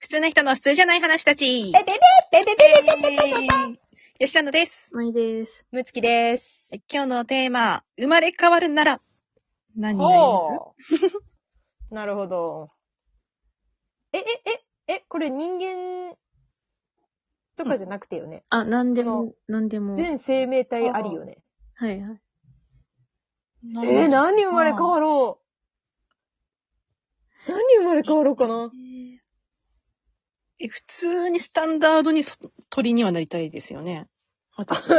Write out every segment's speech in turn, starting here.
普通の人の普通じゃない話たち。ペペペペペペペペペペペペ吉田のです。まいです。むつきです。今日のテーマ、生まれ変わるなら、何になりますほうなるほど。え、え、え、え、これ人間とかじゃなくてよね。あ、なんでも、なんでも。はい全生命体ありよね。はい。なえー、何生まれ変わろう。何生まれ変わろうかな。え、普通にスタンダードにそ鳥にはなりたいですよね。私な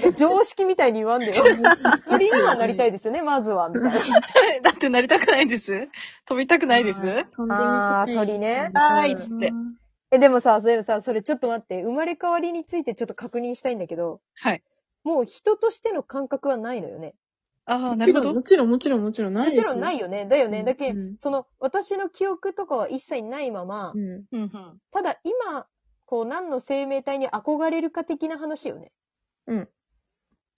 んか常識みたいに言わんでよ。鳥にはなりたいですよね、まずは、みたいな。 だってなりたくないです。飛びたくないです。飛んでみたあい。ー鳥ねあーういんつってえ、でもさ、そういえばさ、それちょっと待って、生まれ変わりについてちょっと確認したいんだけど、はい。もう人としての感覚はないのよね。ああ、もなちるほろん、もど。ちろん、もちろん、もちろん、なもいですちよ。ろんないよね。だようね。んだけ、うんその、私の記憶とかは一切ないまま、うん。うんうん。ただ今、こう、何の生命体に憧れるか的な話よね。うん。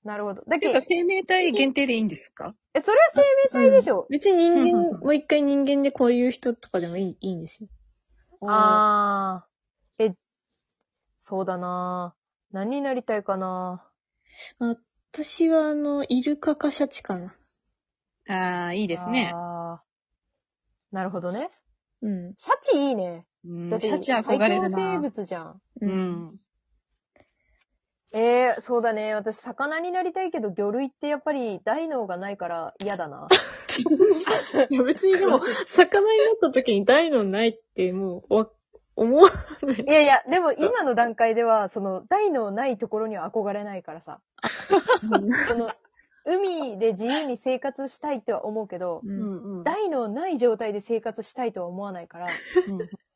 なるほど。だてけいうどか、、生命体限定でいいんですかえ、それは生命体でしょ。別にう人んうんう間、もう一回人間でこういう人とかでもいい、いいんですよ。あー。え、そうだな何になりたいかな私は、あの、イルカかシャチかな。ああ、いいですね。あーなるほどね。うん。シャチいいね。うんだって、シャチ憧れる最強生な。物じゃん。ううん。 ん。ええそうだね。私、魚になりたいけど、魚類ってやっぱり大脳がないから嫌 だな。いや、別にでも、魚になった時に大のないって、もう、わ、思わないい。やいや、でも今の段階では、その、大脳ないところには憧れないか らさ。その、海で自由に生活したいっては思うけど、うんうん。大脳ない状態で生活したいとは思わないから、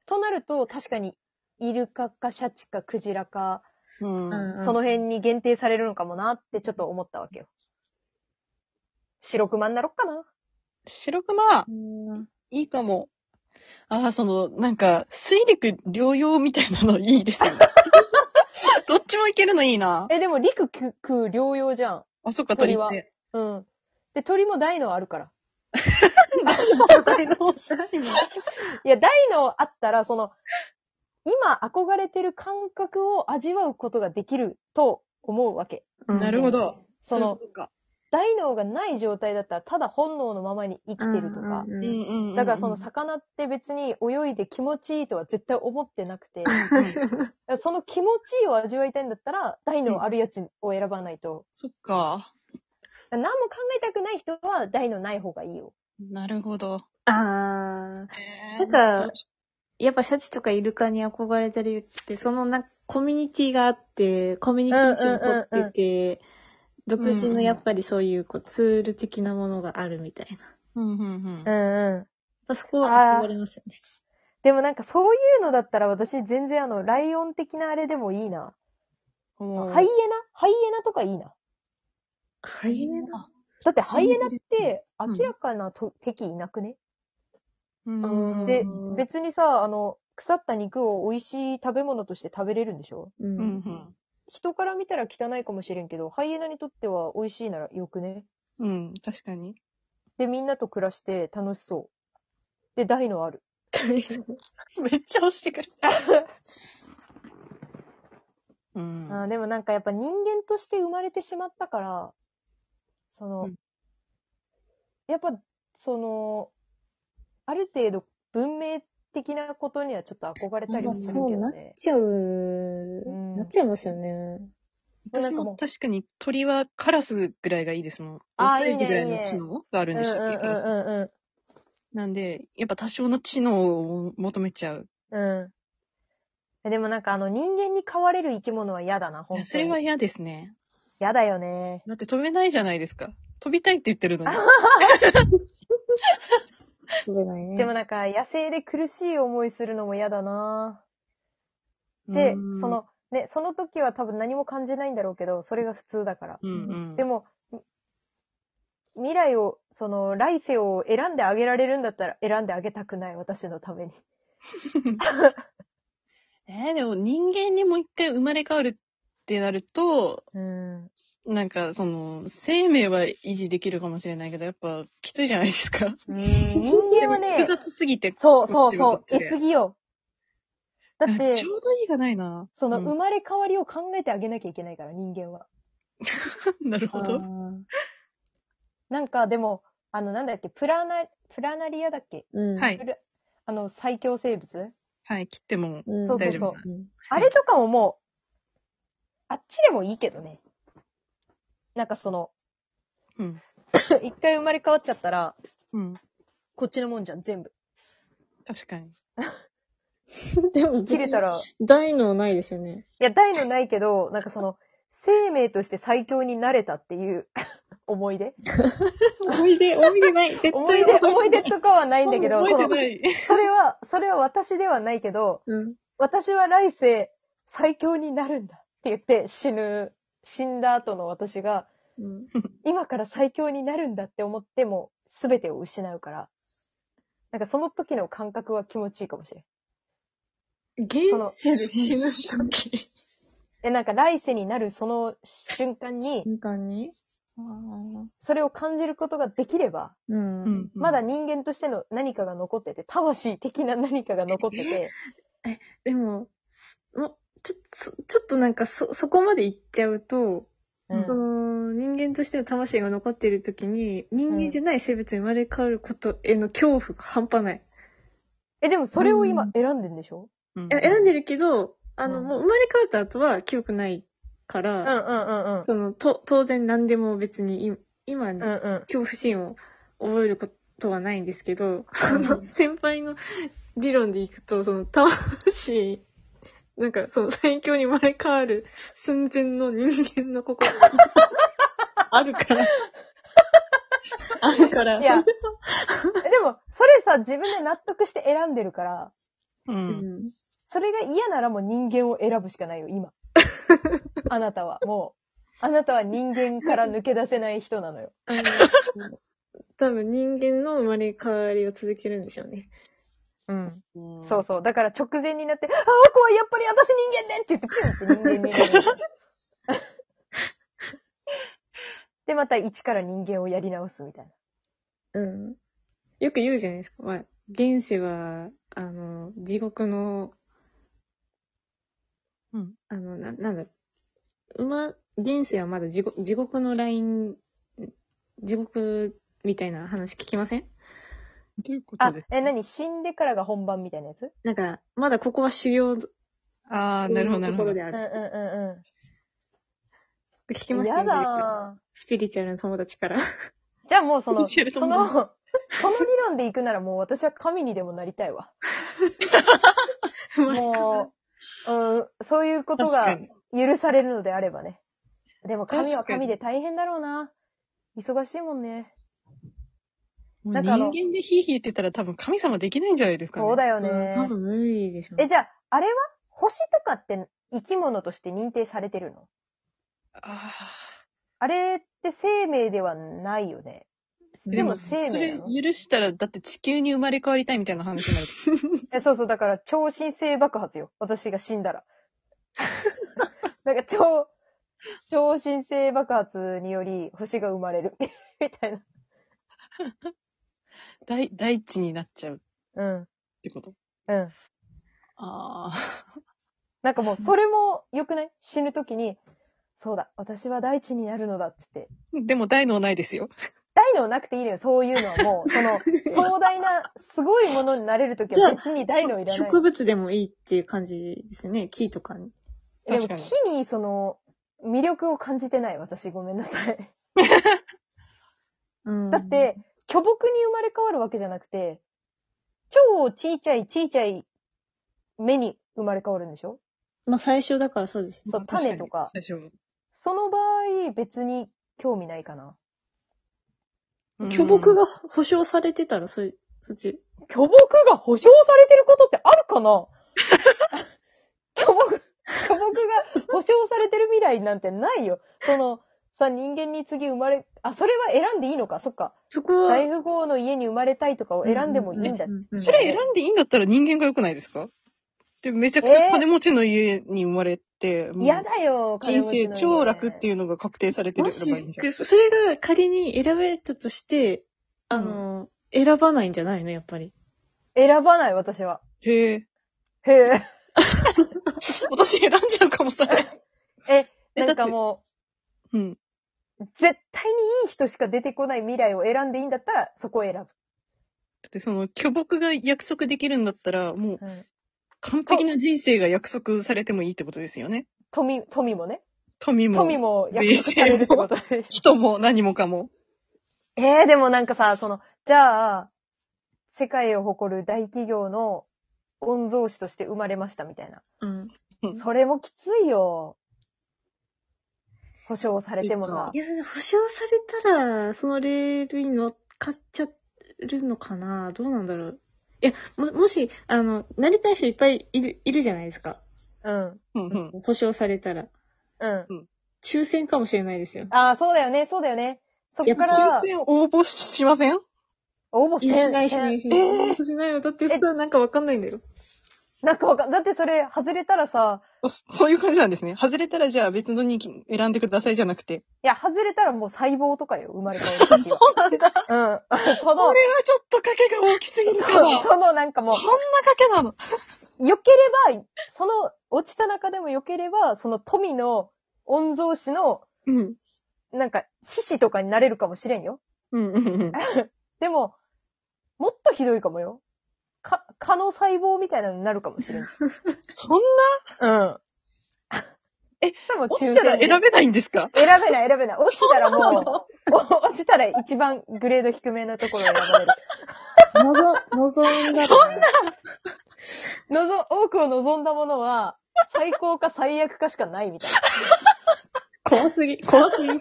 となると確かに、イルカかシャチかクジラか、うん。うん。その辺に限定されるのかもなってちょっと思ったわけよ。白熊になろっかな。白熊は、うんいいかも。ああ、その、なんか、水陸両用みたいなのいいですよね。 どっちもいけるのいいな。え、でも陸空両用じゃん。あ、そっか、鳥鳥っはて。うん。で、鳥も大脳あるから。大のおしゃれないや、大脳あったら、その、今憧れてる感覚を味わうことができると思うわけ。なるほど。そういのうことか、大脳がない状態だったら、ただ本能のままに生きてるとか。うんうんうんうんだからその、魚って別に泳いで気持ちいいとは絶対思ってなくて、その気持ちいいを味わいたいんだったら、大脳あるやつを選ばないと。そっか。何も考えたくない人は大脳ない方がいいよ。なるほど。ああ。えーなんか、やっぱシャチとかイルカに憧れた理由って、そのな、コミュニティがあって、コミュニケーション取ってて、独自のやっぱりそういうこうツール的なものがあるみたいな。やっうんうんうん。んうん。ぱそこは憧れますよね。でもなんかそういうのだったら私全然あの、ライオン的なあれでもいいな。おーハイエナハイエナとかいいな。ハイエナ。だってハイエナってうん明らかなと、敵いなくねうん。でうん、別にさ、あの、腐った肉を美味しい食べ物として食べれるんでしょううんんうん。人から見たら汚いかもしれんけど、ハイエナにとっては美味しいならよくねうん、確かに。で、みんなと暮らして楽しそう。で、大のある。めっちゃ押してくる。 うん。あーでもなんかやっぱ人間として生まれてしまったから、その、うんやっぱ、その、ある程度文明的なことにはちょっと憧れたりはするそうけなどっね。ちゃう、んなっちゃいますよね。私も確かに鳥はカラスぐらいがいいですもん。5あー歳児ぐらいいいのね知能があるうんんうでしたっけ、カラスんうんうなんで、やっぱ多少の知能を求めちゃう。ん。うん。でもなんかあの人間に飼われる生き物は嫌だな、い本当やに。それは嫌ですね。嫌だよね。だって飛べないじゃないですか。飛びたいって言ってる のに。飛べないね。でもなんか野生で苦しい思いするのも嫌だな。でう、んそ、の、ね、その時は多分何も感じないんだろうけど、それが普通だから。うんうん。でも、も、み未来を、その、来世を選んであげられるんだったら、選んであげたくない、私のために。えーでも人間にもう一回生まれ変わるってなると、うん。なんかその、生命は維持できるかもしれないけど、やっぱきついじゃないですか。人間はね複、雑すぎて。そうそうそこっう、ちはこっちえですぎよ。だっいやて、ちょうどいいがないな。そのうん生まれ変わりを考えてあげなきゃいけないから、人間は。なるほど。なんか、でも、あの、なんだっけ、プラナ、プラナリアだっけうん。はいプラあの、最強生物はい、切っても。うん。そうそう大そう丈夫あれとかももう、あっちでもいいけどね。なんかその、うん。 一回生まれ変わっちゃったら、うん。こっちのもんじゃん、全部。確かに。でも、切れた。ら、い大のないですよね。や、大のないけど、なんかその、生命として最強になれたっていう 思い出思い出、思い出ない。絶対思い出、思い出とかはないんだけど、覚えてそのない。それは、それは私ではないけど、うん。私は来世最強になるんだって言って死ぬ、死んだ後の私が、うん。今から最強になるんだって思っても、すべてを失うから。なんかその時の感覚は気持ちいいかもしれん。現その世で死ぬ時。え、なんか来世になるその瞬間に、瞬間にそれを感じることができれば、うん。う。んまだ人間としての何かが残ってて、魂的な何かが残って て、でも、すもうちょそちょっとなんかそ、そこまで行っちゃうと、うんその人間としての魂が残っている時に、人間じゃない生物に生まれ変わることへの恐怖が半端ない。え、でもそれを今うん選んでんでしょうんえ選んでるけど、あの、うんもう生まれ変わった後は記憶ないかうら、うんうんその、と、当然何でも別に今、今ね、うん うん。恐怖心を覚えることはないんですけど、その、先輩の理論でいくと、その、魂、なんか、その、最強に生まれ変わる寸前の人間の心 があるから、あるから、いや、でも、それさ、自分で納得して選んでるから、う。うんん、それが嫌ならもう人間を選ぶしかないよ、 今。あなたは、もう。あなたは人間から抜け出せない人なのよ。あの、多分人間の生まれ変わりを続けるんでしょうね。うん。うんそうそう。だから直前になって、ああ、怖い、やっぱり私人間ねって言って、ピュンって人間になる。 で、また一から人間をやり直すみたいな。うん。よく言うじゃないですか。まあ、現世は、あの、地獄のうん。あの、な、なんだろう。ま、現世はまだ地獄地獄のライン、地獄みたいな話聞きませんというこあとで。、え、何死んでからが本番みたいなやつなんか、まだここは修行のああ、なるほど、なとるこほろど。であうんうる。んうんう聞きまん。したやよねだー。スピリチュアルの友 達から。じゃあもうその、スピそリチュアルと思の、 うその理論で行くならもう私は神にでもなりたいわ。もう、うん、そういうこと確かがに。許されるのであればね。でも神は確かに神で大変だろうな。忙しいもんね。もうなん人かあの間でヒーヒー言ってたら多分神様できないんじゃないですかね。そうだようん多ね。分無理でしょ。え、じゃあ、あれは星とかって生き物として認定されてるのああれって生命ではないよね。あ。ででもも、生そ命れなの許したら、だって地球に生まれ変わりたいみたいな話になる。えそうそう、だから超新星爆発よ。私が死んだら。なんか超、超新星爆発により星が生まれる。 みたいな。大、大地になっちゃうっうん。てこと。うん。ああ。なんかもう、それも良くない死ぬときに、そうだ、私は大地になるのだっつって。 でも大脳ないですよ。大のなくていいのよ、そういうのはもう。その、壮大な、すごいものになれるときは別に大のいらしない植。物でもいいっていう感じですね。木とかに。で確かもに。木に、その、魅力を感じてない、私。ごめんなさい。うんだっ、て、巨木に生まれ変わるわけじゃなくて、超小ちゃい小ちゃい目に生まれ変わるんでしょまあ最初だからそうですね。そう確に種とか最初はその場合、別に興味ないかな。うん巨木が保証されてたら、それ、そっち。巨木が保証されてることってあるかな 巨木、巨木が保証されてる未来なんてないよ。その、さ、人間に次生まれ、あ、それは選んでいいのか、そっか。そこは。大富豪の家に生まれたいとかを選んでもいいんだ。うううそれ選んでいいんだったら人間が良くないですかでめちゃくちゃ金持ちの家に生まれて、もう嫌だよ、人生超楽っていう。いうのが確定されてるもればいいんしじゃな、いそそれが仮に選ばれたとしうて、んあの、選ばないんじゃないのやっぱり。選ばない、私は。へえ。へえ。私選んじゃうかも、 それ。え、えなんかもうん。う、絶対にいい人しか出てこない未来を選んでいいんだったら、そこを選だってその、巨木が約束できるんだったら、もうぶ。うん。完璧な人生が約束されてもいいってことですよね。富、富もね。富も、富も約束されるってことで。人も何もかも。 えー、でもなんかさ、その、じゃあ、世界を誇る大企業の御曹司として生まれましたみたいな。うん。それもきついよ。保証されてもさい。や、保証されたら、そのレールに乗っかっちゃるのかなどうなんだろう。いや、も、もし、あの、なりたい人いっぱいいる、いるじゃないですか。うん。うんうん。保証されたら。うん。抽選かもしれないですよ。ああ、そうだよね、そうだよね。そっかやら抽、選応募しません応募いや、しないしないしない。えーしないよ。だってさ、なんかわかんないんだよ。なんかわかん、だってそれ外れたらさ、そういう感じなんですね。外れたらじゃあ別の人気選んでくださいじゃなくて。いや、外れたらもう細胞とかよ、生まれ変わる時は。そうなんだ。うん。そそのれ、はちょっと賭けが大きすぎるかそら。うそそのなんかもんう、な賭けなの。良ければ、その落ちた中でも良ければ、その富の御曹司の、うん。なんか、皮脂とかになれるかもしれんよ。うんうんうん。でも、もっとひどいかもよ。か、蚊の細胞みたいなのになるかもしれん。うん。 そんなえ、それも落ちたらで選べないんですか選べない、選べない。落ちたらそうなものう、お 落ちたら一番グレード低めのところを選ばれる。望、望んだらね。のぞ、多くを望んだものは、最高か最悪かしかないみたいな。怖すぎ、怖すぎ。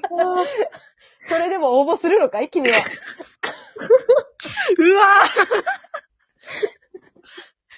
それでも応募するのかい君は。うわ